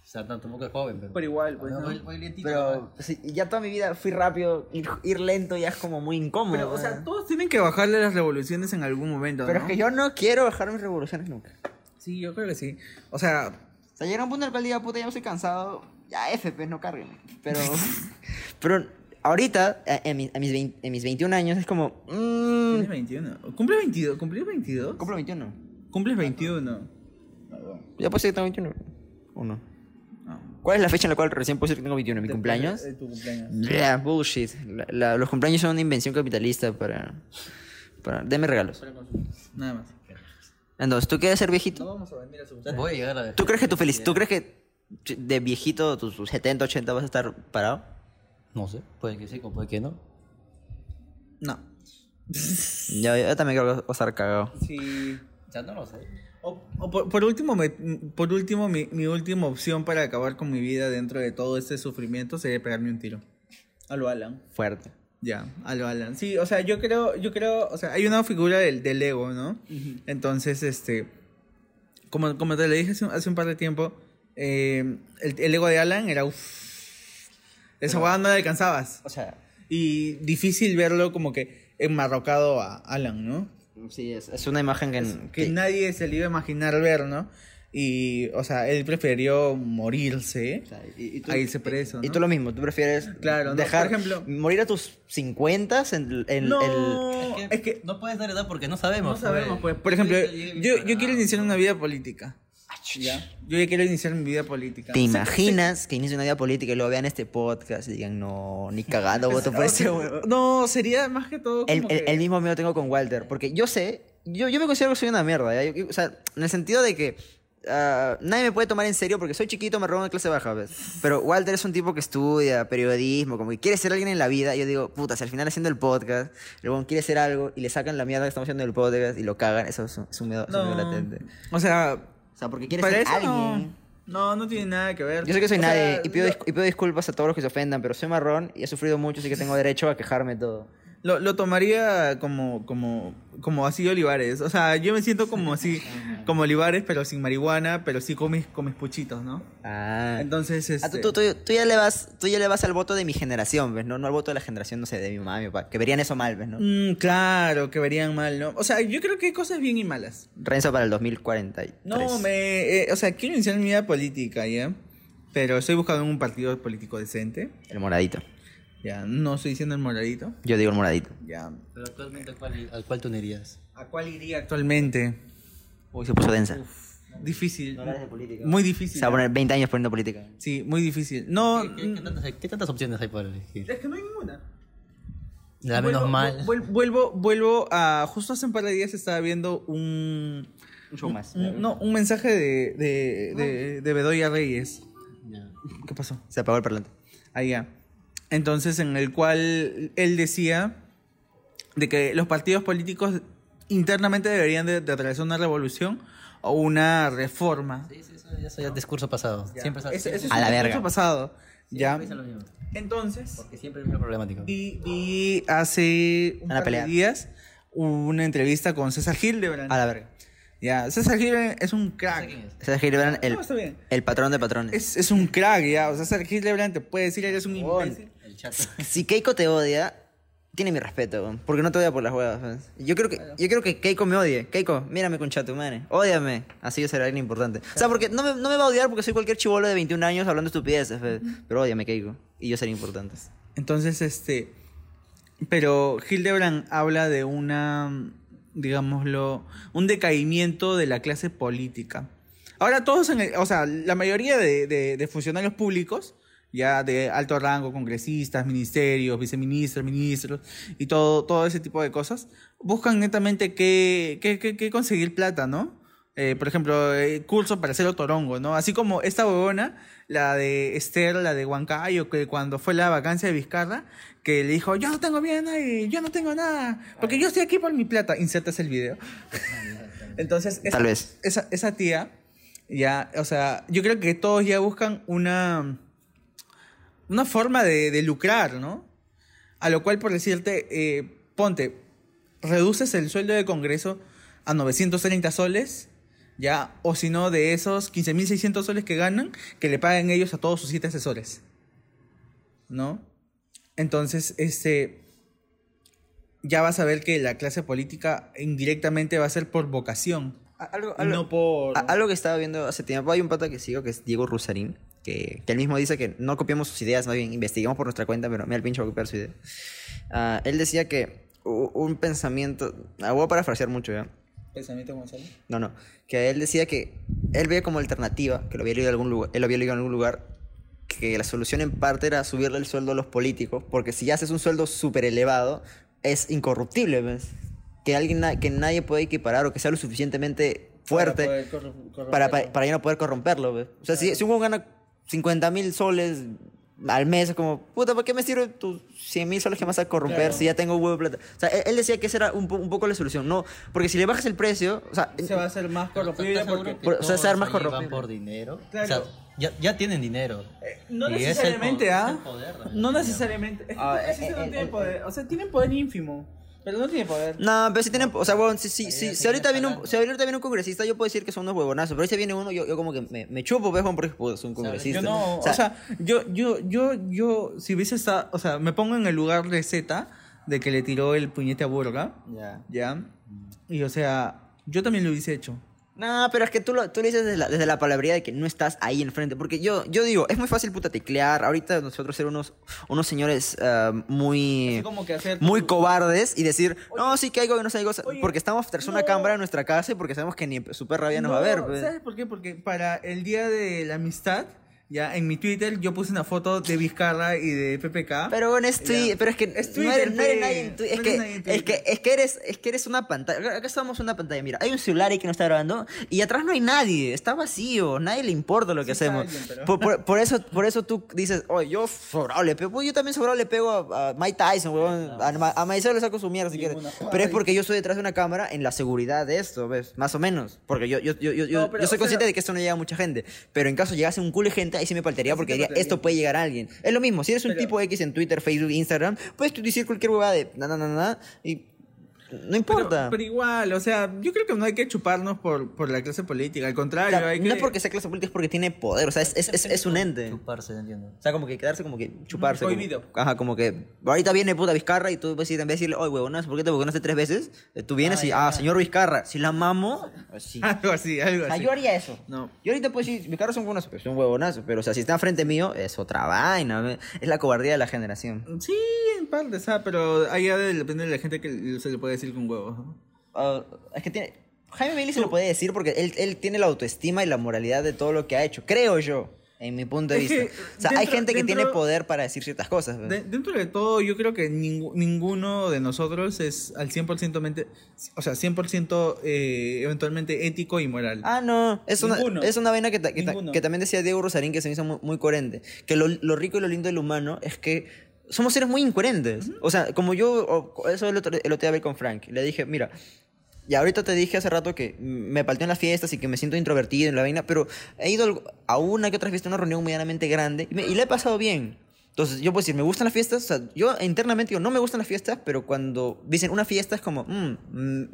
S3: O sea, no, tampoco es joven, pero.
S2: Pero igual, pues,
S3: No,
S2: ¿no?
S3: voy- voy lentito, ¿no?
S1: Pero sí, ya toda mi vida fui rápido, ir, ir lento ya es como muy incómodo.
S2: pero, o sea,
S1: ¿verdad?
S2: todos tienen que bajarle las revoluciones en algún momento,
S1: Pero
S2: ¿no?
S1: es que yo no quiero bajar mis revoluciones nunca.
S2: Sí, yo creo que sí. O sea,
S1: O sea, llega un punto en el cual diga, puta, ya estoy cansado, ya F, pues, no carguen. Pero, pero ahorita, a- en, mi- a mis, vein- en mis 21 años, es como, mmm,
S2: tienes 21. ¿Cumples 22? ¿Cumples 22?
S1: cumplo 21.
S2: ¿Cumples 21? Ah,
S1: Ya puedo decir que tengo 21. ¿O no?
S2: No.
S1: ¿Cuál es la fecha en la cual recién puedo decir que tengo 21? ¿Mi cumpleaños?
S2: Eh, tu cumpleaños.
S1: Blah, bullshit. La- la- los cumpleaños son una invención capitalista para, para... Deme regalos.
S2: Nada más.
S1: Entonces, ¿tú quieres ser viejito?
S2: vamos a venir a su
S3: Voy a llegar a.
S1: ¿Tú crees que tu feliz... ¿Tú crees que de viejito, tus tus 70, 80 vas a estar parado?
S3: No sé, puede que sí, como puede que no.
S2: No.
S1: Yo, yo también creo que vas a estar cagado.
S2: Sí.
S3: Ya no lo sé.
S2: O, o por, por último, me- por último mi, mi última opción para acabar con mi vida dentro de todo este sufrimiento sería pegarme un tiro. A lo Alan.
S1: Fuerte.
S2: Ya, a lo Alan. Sí, o sea, yo creo, yo creo, o sea, hay una figura del, del ego, ¿no? Entonces, este, como, como te lo dije hace un, hace un par de tiempo, eh, el, el ego de Alan era, uff, esa hueá no la alcanzabas.
S1: O sea,
S2: Y difícil verlo como que enmarrocado a Alan, ¿no?
S1: sí, es, es una imagen que...
S2: que
S1: que-
S2: nadie se le iba a imaginar ver, ¿no? Y, o sea, él prefirió morirse
S1: o sea, y- y tú-
S2: a irse preso, ¿no?
S1: Y tú lo mismo, tú prefieres
S2: Claro, no,
S1: dejar
S2: por ejemplo-
S1: morir a tus 50 en, en-
S2: No.
S1: el-
S2: Es que-
S3: no puedes dar edad porque no sabemos.
S2: No sabemos, pues. Por ejemplo, yo, yo quiero iniciar una vida política. Yo ya quiero iniciar mi vida política.
S1: ¿Te imaginas que inicie una vida política y lo vean este podcast y digan, no, ni cagando voto por ese huevón"?
S2: No, sería más que todo como
S1: el, el-
S2: que-
S1: el mismo miedo tengo con Walter, porque yo sé, yo, yo me considero que soy una mierda, ¿ya? Yo- yo- o sea, en el sentido de que ah, nadie me puede tomar en serio porque soy chiquito, me roban de clase baja, ¿ves? Pero Walter es un tipo que estudia periodismo, como que quiere ser alguien en la vida. Y yo digo, puta, si al final haciendo el podcast, el huevón quiere ser algo y le sacan la mierda que estamos haciendo en el podcast y lo cagan, eso es un, es un miedo, es un miedo latente.
S2: O sea,
S1: O sea, porque quiere
S2: para
S1: ser
S2: eso
S1: alguien.
S2: no. No, no tiene nada que ver.
S1: Yo sé que soy
S2: O sea,
S1: nadie y pido,
S2: lo-
S1: dis- y pido disculpas a todos los que se ofendan, pero soy marrón y he sufrido mucho, así que tengo derecho a quejarme de todo.
S2: Lo, lo tomaría como, como, como así Olivares. O sea, yo me siento como así, como Olivares, pero sin marihuana, pero sí con mis, con mis puchitos, ¿no?
S1: Ah.
S2: Entonces, este...
S1: Ah, tú, tú- tú- tú ya le vas, tú ya le vas al voto de mi generación, ¿ves? No, no al voto de la generación, no sé, de mi mamá, mi papá, que verían eso mal, ¿ves? ¿no?
S2: Mm, claro, que verían mal, ¿no? O sea, yo creo que hay cosas bien y malas.
S1: Renzo para el 2043.
S2: No, me... eh, o sea, quiero iniciar mi vida política, ¿ya? Pero estoy buscando un partido político decente.
S1: El moradito.
S2: Ya, no estoy diciendo el moradito.
S1: Yo digo el moradito.
S2: Ya.
S3: Pero actualmente, ¿al cuál, al cuál tú no irías?
S2: ¿A cuál iría actualmente?
S1: Uy, se puso densa.
S2: Difícil.
S1: hables de política.
S2: Muy
S1: se
S2: difícil. ¿eh?
S1: va a poner 20 años poniendo política.
S2: Sí, muy difícil. No... mm. Eh,
S3: ¿Qué, qué- qué tantas, hay- qué tantas opciones hay para elegir?
S2: Es que no hay ninguna.
S3: La menos
S2: Vuelvo-
S3: mal.
S2: vuel- Vuelvo, vuelvo a. Justo hace un par de días estaba viendo un.
S1: Un show más. Ah.
S2: un- no, un mensaje de, de, de, de Bedoya Reyes.
S3: Ya.
S2: ¿Qué pasó?
S1: Se apagó el parlante.
S2: Allá. Entonces, en el cual él decía de que los partidos políticos internamente deberían de, de realizar una revolución o una reforma.
S3: Sí, sí, eso, eso ya es discurso pasado. Siempre es
S2: Ese- ese es
S1: A
S2: un
S1: la
S2: discurso
S1: verga.
S2: pasado. Ya.
S3: siempre es lo mismo.
S2: Entonces.
S3: Porque siempre es lo mismo problemático.
S2: Vi, vi hace un
S1: Van a
S2: par de
S1: pelear.
S2: días una entrevista con César Hildebrand.
S1: A la verga.
S2: Ya, César Hildebrand es un crack.
S3: quién es?
S1: César Gilbrand, el,
S2: No, está bien.
S1: el patrón de patrones.
S2: Es, es un crack, ya. O sea, César Hildebrand te puede decir, eres un imbécil.
S3: El chat.
S1: Si Keiko te odia, tiene mi respeto, weón, porque no te odia por las huevas. ¿sabes? Yo creo que, yo creo que Keiko me odie. Keiko, mírame con chato, madre. Ódiame. Así yo seré alguien importante. O sea, porque no me, no me va a odiar porque soy cualquier chivolo de 21 años hablando estupideces, fe. pero ódiame, Keiko. Y yo seré importante.
S2: Entonces, este. Pero Hildebrand habla de una. Digámoslo. Un decaimiento de la clase política. Ahora, todos en el- O sea, la mayoría de, de- de funcionarios públicos. Ya de alto rango, congresistas, ministerios, viceministros, ministros y todo, todo ese tipo de cosas, buscan netamente qué, qué- qué- qué conseguir plata, ¿no? Eh, por ejemplo, eh, curso para ser otorongo, ¿no? Así como esta huevona, la de Esther, la de Huancayo, que cuando fue la vacancia de Vizcarra, que le dijo, yo no tengo bien ahí, yo no tengo nada, porque yo estoy aquí por mi plata. Insertas el video. Entonces, esa,
S1: Tal vez.
S2: Esa, esa tía, ya, o sea, yo creo que todos ya buscan una, una forma de, de lucrar, ¿no? A lo cual, por decirte, eh, ponte, reduces el sueldo de Congreso a 930 soles, ya, o si no, de esos 15.600 soles que ganan, que le paguen ellos a todos sus siete asesores, ¿no? Entonces, este, ya vas a ver que la clase política indirectamente va a ser por vocación,
S1: Algo,
S2: y no por...
S1: A- algo que estaba viendo hace tiempo, hay un pata que sigo que es Diego Rusarín, que, que él mismo dice que no copiamos sus ideas, más bien investigamos por nuestra cuenta, pero me al pincho va a copiar su idea. Ah, él decía que u- un pensamiento, ah, voy a parafrasear mucho ya,
S2: Pensamiento Gonzalo.
S1: no, no, que él decía que él veía como alternativa, que lo había leído en algún lugar, él lo había leído en algún lugar, que la solución en parte era subirle el sueldo a los políticos, porque si haces un sueldo súper elevado, es incorruptible, ¿ves? Que alguien na- que nadie puede equiparar o que sea lo suficientemente fuerte para, para, para ya no poder corromperlo, güey. O sea, si, si un huevón gana 50 mil soles al mes, es como, puta, ¿para qué me sirven tus 100 mil soles que me vas a corromper
S2: Claro.
S1: si ya tengo un huevo de plata? O sea, e-, él, él decía que esa era un, po- un poco la solución, ¿no? Porque si le bajas el precio, o sea,
S2: se va a hacer más corrompible
S3: ¿Estás seguro
S2: porque...
S3: que
S1: Por- o sea,
S3: todos
S1: se arma
S3: ahí van
S1: corrompible.
S3: por dinero.
S2: Claro.
S3: O sea, ya, ya tienen dinero.
S2: No
S3: Y es el
S2: necesariamente,
S3: po-
S2: ¿ah?
S3: es el poder, la
S2: No
S3: verdad.
S2: necesariamente. Es que
S1: Ah,
S2: Congresistas
S1: eh,
S2: no
S1: eh,
S2: tienen
S1: eh,
S2: poder. O sea, tienen poder ínfimo. Pero no tienen poder.
S1: No, pero si tienen, o sea, huevón, si, si,
S3: Ahí
S1: si-
S3: ya
S1: si
S3: se
S1: ahorita viene
S3: viene
S1: un,
S3: jalando.
S1: si ahorita viene un congresista, yo puedo decir que son unos huevonazos, pero si viene uno, yo, yo como que me, me chupo, pues, huevón, porque puta, es un congresista.
S2: Yo no, o sea, yo, yo, yo, yo, si hubiese estado, o sea, me pongo en el lugar de Z, de que le tiró el puñete a Burga,
S1: ya.
S2: ¿ya? Y o sea, yo también lo hubiese hecho.
S1: No, pero es que tú lo, tú lo dices desde la, desde la palabrería de que no estás ahí enfrente. Porque yo, yo digo, es muy fácil puta teclear. Ahorita nosotros ser unos, unos señores ah, muy,
S2: Así como que hacer
S1: muy
S2: tu-
S1: cobardes y decir, no, sí que hay y no sé hay cosa.
S2: Oye,
S1: Porque estamos tras una
S2: no.
S1: cámara en nuestra casa y porque sabemos que ni su perra ya nos
S2: No,
S1: va a ver. pues. pe.
S2: ¿Sabes por qué? Porque para el día de la amistad Ya, en mi Twitter yo puse una foto de Vizcarra y de PPK.
S1: Pero bueno, es Twitter,
S2: Ya.
S1: pero es que
S2: Es
S1: no eres,
S2: Twitter,
S1: no eres
S2: pe.
S1: nadie en Twitter. es,
S2: No eres
S1: que,
S2: nadie en
S1: es, que,
S2: Twitter.
S1: es, que eres, es que eres una pantalla. Acá estamos en una pantalla, mira. Hay un celular ahí que no está grabando y atrás no hay nadie. Está vacío. Nadie le importa lo que
S2: está
S1: hacemos.
S2: alguien, pero-
S1: por, por- por eso, por eso tú dices, oh, yo sobrado le pego. Yo también sobrado le pego a, a Mike Tyson, huevón. A, Ma- a Maicelo le saco su mierda si quieres.
S2: Ah, Ninguna.
S1: Pero es porque yo estoy detrás de una cámara en la seguridad de esto, ¿ves? Más o menos. Porque yo, yo, yo, yo, yo-
S2: No, pero,
S1: yo soy
S2: o
S1: consciente
S2: sea-
S1: de que esto no llega a mucha gente. Pero en caso llegase un culo de gente, ahí sí me paltearía porque
S2: te
S1: diría,
S2: paltearía.
S1: esto puede llegar a alguien. Es lo mismo, si eres un
S2: Pero-
S1: tipo X en Twitter, Facebook, Instagram, puedes tú decir cualquier huevada de na, na, na, na, y no
S2: Pero,
S1: importa.
S2: pero igual, o sea, yo creo que no hay que chuparnos por, por la clase política, al
S1: O
S2: contrario,
S1: sea,
S2: hay que...
S1: no es porque sea clase política, es porque tiene poder, o sea, es, es, es, es un ente.
S3: Chuparse, entiendo.
S1: O sea, como que quedarse como que chuparse. como-
S2: Cohibido.
S1: ajá, como que ahorita viene puta Vizcarra y tú pues, y en vez de decirle, oye, huevonas, ¿por qué te boconaste tres veces? Eh, Tú vienes
S3: Ah,
S1: y,
S3: ya,
S1: ah,
S3: ya.
S1: señor Vizcarra, si la mamo, sí.
S2: Algo así, algo
S1: O sea,
S2: así.
S1: Ah, yo haría eso.
S2: No.
S1: Yo ahorita pues, puedo decir, mis carros son buenos, pero son huevonazos. Pero, o sea, si está frente mío, es otra vaina. ¿ve? Es la cobardía de la generación.
S2: Sí, en parte, o sea, pero ahí ya de- depende de la gente que se le puede decir con huevos. ¿no?
S1: Ah, es que tiene. Jaime Bailey se lo puede decir porque él, él tiene la autoestima y la moralidad de todo lo que ha hecho. Creo yo, en mi punto de
S2: Es
S1: vista.
S2: que
S1: o sea, hay
S2: dentro-
S1: gente que tiene
S2: dentro-
S1: poder para decir ciertas cosas. ¿ve?
S2: De- dentro de todo, yo creo que ningú- ninguno de nosotros es al 100% mente, o sea, 100% eh, eventualmente ético y moral.
S1: Ah, no. Es una,
S2: Ninguno.
S1: es una vaina que, ta- que, ta-
S2: Ninguno.
S1: que también decía Diego Rosarín que se me hizo muy, muy coherente. Que lo, lo rico y lo lindo del humano es que somos seres muy incoherentes. O sea, como yo, o- eso el otro, el otro día hablé con Frank. Le dije, mira, y ahorita te dije hace rato que me palteo en las fiestas y que me siento introvertido en la vaina, pero he ido al- a una que otra fiesta, una reunión medianamente grande, y, me- y la he pasado bien. Entonces, yo puedo decir, me gustan las fiestas. O sea, yo internamente digo, no me gustan las fiestas, pero cuando dicen una fiesta es como, mm, mm,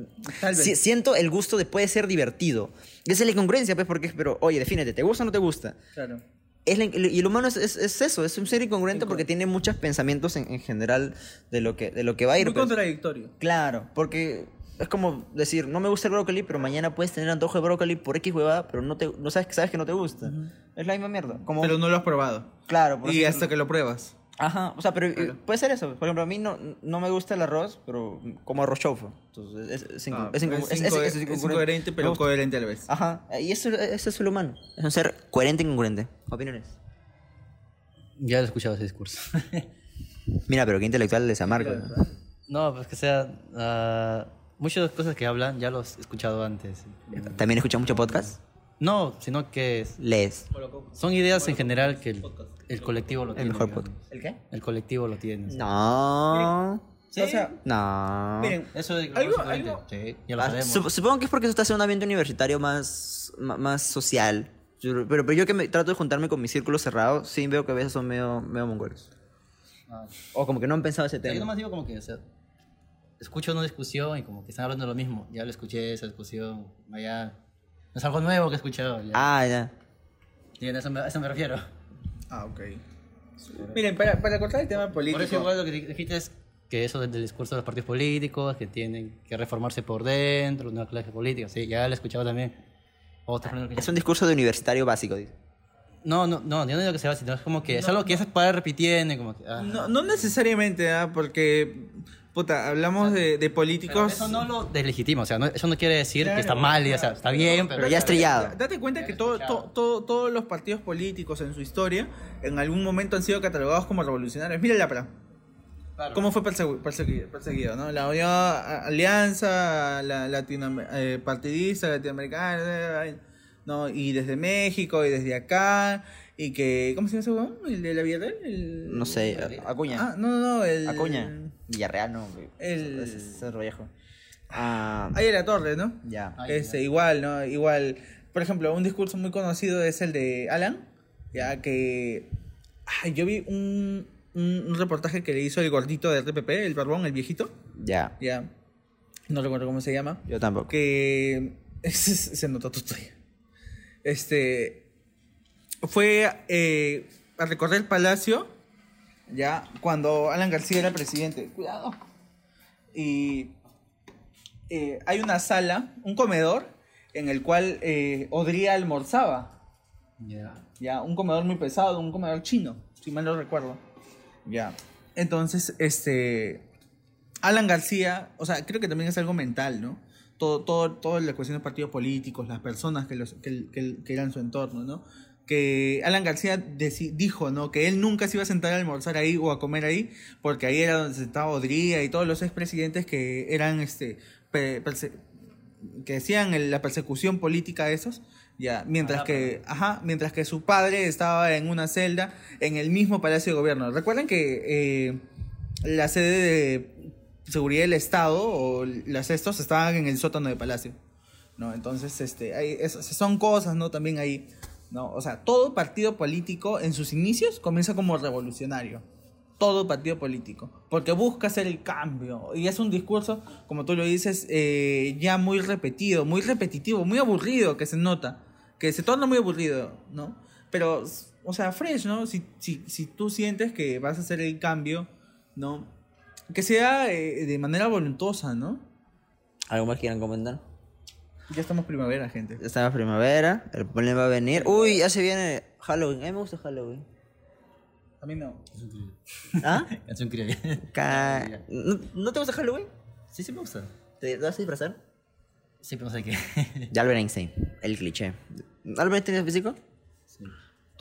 S2: Tal vez.
S1: si- siento el gusto de puede ser divertido. Y esa es la incongruencia, pues, porque es, pero, oye, defínete, ¿te gusta o no te gusta?
S2: claro.
S1: Es la in- y el humano es, es- es eso, es un ser incongruente porque tiene muchos pensamientos en, en general de lo, que, de lo que va a ir.
S2: Muy
S1: pues.
S2: contradictorio.
S1: Claro, porque es como decir, no me gusta el brócoli, pero mañana puedes tener antojo de brócoli por X huevada, pero no te no sabes que sabes que no te gusta. Es la misma mierda. Como
S2: Pero no lo has probado.
S1: claro, por
S2: Y
S1: así-
S2: hasta que lo pruebas.
S1: Ajá, o sea, pero eh,
S2: Claro.
S1: puede ser eso. Por ejemplo, a mí no, no me gusta el arroz, pero como arroz chofo. Entonces, es, es, inco-
S2: Ah,
S1: es, inco- es- es-
S2: incohe-
S1: es
S2: es
S1: incongruente.
S2: incoherente,
S1: Me
S2: pero
S1: gusta.
S2: coherente a la vez.
S1: Ajá, y eso, eso es lo humano. Es un ser coherente y congruente. Opiniones.
S3: Ya lo he escuchado ese discurso.
S1: Mira, pero qué intelectual es a Marco. ¿no?
S3: no, pues que sea. ah, muchas cosas que hablan ya los he escuchado antes.
S1: ¿También escuchas mucho podcast?
S3: No, sino que es-
S1: Lees.
S3: son ideas en general que el, el colectivo lo tiene.
S1: mejor
S3: digamos.
S1: podcast.
S2: ¿El qué?
S3: El colectivo lo tiene.
S1: No.
S2: O sea,
S1: No.
S2: miren,
S3: Eso es
S2: Algo-
S3: lo consecuente.
S2: algo-
S3: Sí, ya lo
S1: Ah,
S3: sabemos.
S1: sup- supongo que es porque tú estás en un ambiente universitario más, ma- más social. Yo- Pero, pero yo que me, trato de juntarme con mi círculo cerrado, sí veo que a veces son medio, medio mongoles.
S3: Ah,
S1: O como que no han pensado ese
S3: O sea, yo
S1: tema.
S3: nomás digo como que, o sea, escucho una discusión y como que están hablando de lo mismo. Ya lo escuché, esa discusión, allá. No es algo nuevo que he escuchado. Ya.
S1: Ah, ya.
S3: Y en eso me, a eso me refiero.
S2: Ah, ok. Miren, para, para cortar el tema político.
S3: Por eso igual lo que dijiste es que eso del del discurso de los partidos políticos, que tienen que reformarse por dentro, una clase política, sí, ya lo he escuchado también. Otro frente que-
S1: Es un discurso de universitario básico. dice.
S3: No, no, no, yo no digo que sea así, no, es como que es algo que ya se para repitiendo, y como que... ah.
S2: No, no necesariamente, ¿ah? porque, puta, hablamos de, de
S3: Pero
S2: políticos.
S3: eso no lo deslegitima, o sea, no- eso no quiere decir
S2: Claro,
S3: que está mal, y, o sea,
S2: claro,
S3: está bien, pero...
S1: Pero ya estrellado.
S2: Date cuenta
S3: Ya
S2: que
S3: lo he
S2: todo,
S3: escuchado.
S2: to- todo- todos los partidos políticos en su historia en algún momento han sido catalogados como revolucionarios. Mira el APRA.
S3: Claro.
S2: ¿Cómo fue persegui- persegui- perseguido? ¿no? La Unión a- Alianza la, Latinoam- eh, Partidista Latinoamericana, eh, ¿no? y desde México y desde acá. Y que, ¿cómo se llama ese huevón? ¿El de la Villarreal? El-
S1: No sé, a-
S2: Ah,
S1: Acuña.
S2: no, no, no, el.
S1: Acuña. Villarreal, no. güey.
S2: El-
S1: Ese Es Cerro Viejo. Ah,
S2: Ahí en la torre, ¿no?
S1: ya.
S3: Ay,
S2: Este,
S3: ya.
S2: igual, ¿no? Igual. Por ejemplo, un discurso muy conocido es el de Alan, ya que. ah, yo vi un, un- un reportaje que le hizo el gordito de RPP, el barbón, el viejito,
S1: Ya.
S2: ya. No recuerdo cómo se llama.
S1: Yo tampoco.
S2: Que. se notó tu tuya. Este. Fue eh, a recorrer el palacio, ya, cuando Alan García era presidente. Cuidado. Y eh, hay una sala, un comedor, en el cual eh, Odría almorzaba.
S3: Ya.
S2: Ya, un comedor muy pesado, un comedor chino, si mal no recuerdo. Ya. Entonces, este. Alan García, o sea, creo que también es algo mental, ¿no? Todo, todo, todas las cuestiones de partidos políticos, las personas que, los, que, que- que eran su entorno, ¿no? que Alan García deci- dijo, ¿no? Que él nunca se iba a sentar a almorzar ahí o a comer ahí, porque ahí era donde se estaba Odría y todos los expresidentes que eran, este, pe- perse- que decían el- la persecución política de esos. Ya, mientras que, ajá, mientras que su padre estaba en una celda en el mismo Palacio de Gobierno. Recuerden que eh, la sede de seguridad del Estado o las estos estaban en el sótano de Palacio. ¿no? Entonces, este, hay, es- son cosas, ¿no? También ahí, ¿no? O sea, todo partido político en sus inicios comienza como revolucionario. Todo partido político. Porque busca hacer el cambio. Y es un discurso, como tú lo dices, eh, ya muy repetido, muy repetitivo, muy aburrido, que se nota. Que se torna muy aburrido, ¿no? Pero, o sea, fresh, ¿no? Si, si, si tú sientes que vas a hacer el cambio, ¿no? Que sea eh, de manera voluntosa, ¿no?
S1: ¿Algo más quieran comentar?
S2: Ya estamos primavera, gente.
S1: Ya está la primavera, el problema va a venir. Uy, ya se viene Halloween. A mí me gusta Halloween.
S2: A mí no.
S1: ¿Ah?
S3: Canción criolla.
S1: Ca- ¿No, no te gusta Halloween?
S3: Sí, sí me gusta.
S1: ¿Te te vas a disfrazar?
S3: Sí, pero no sé qué.
S1: De Albert Einstein, el cliché. ¿Albert Einstein es físico?
S3: Sí.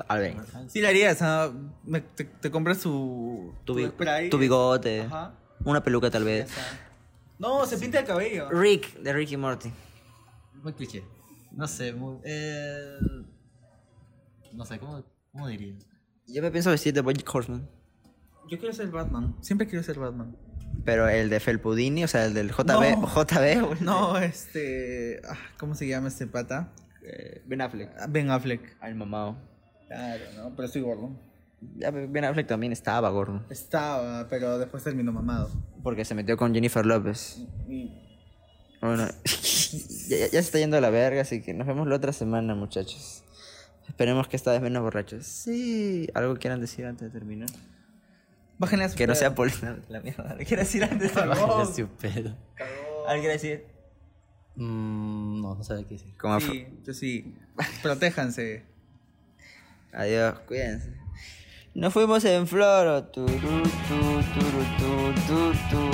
S1: Albert Einstein.
S2: Sí la harías, ¿ah? Me- te, te compras su...
S1: Tu,
S2: su
S1: bi-
S2: spray.
S1: tu bigote.
S2: Ajá.
S1: Una peluca tal
S2: Ya
S1: vez.
S2: está. No, se pinta el cabello.
S1: Rick, de Ricky Morty.
S3: Muy cliché. No sé, muy. Eh... No sé, ¿cómo, cómo diría?
S1: Yo me pienso vestir de Bojack Horseman.
S2: Yo quiero ser Batman. Siempre quiero ser Batman.
S1: Pero el de Felpudini, o sea, el del JB.
S2: No.
S1: JB.
S2: No, este... ah, ¿Cómo se llama este pata?
S1: Eh, Ben Affleck.
S2: Ah, Ben Affleck.
S1: Al mamado.
S2: Claro, ¿no? Pero estoy gordo.
S1: Ya, Ben Affleck también estaba gordo.
S2: Estaba, pero después terminó mamado.
S1: Porque se metió con Jennifer López.
S2: Y-
S1: Bueno, ya, ya- ya se está yendo a la verga, así que nos vemos la otra semana, muchachos. Esperemos que esta vez menos borrachos. Sí, algo quieran decir antes de terminar.
S2: Bájenle a su
S1: Que no
S2: pedo.
S1: sea por la, la mierda. ¿Qué quiere decir antes?
S2: Por favor.
S3: Vaya, su pedo.
S1: ¿Alguien quiere decir?
S3: Mm, no, no sabía qué decir.
S1: Como afro-
S2: Sí, yo sí. Protéjanse.
S1: Adiós, cuídense. Nos fuimos en floro. Turu, tu, turu, tu, tu, tu.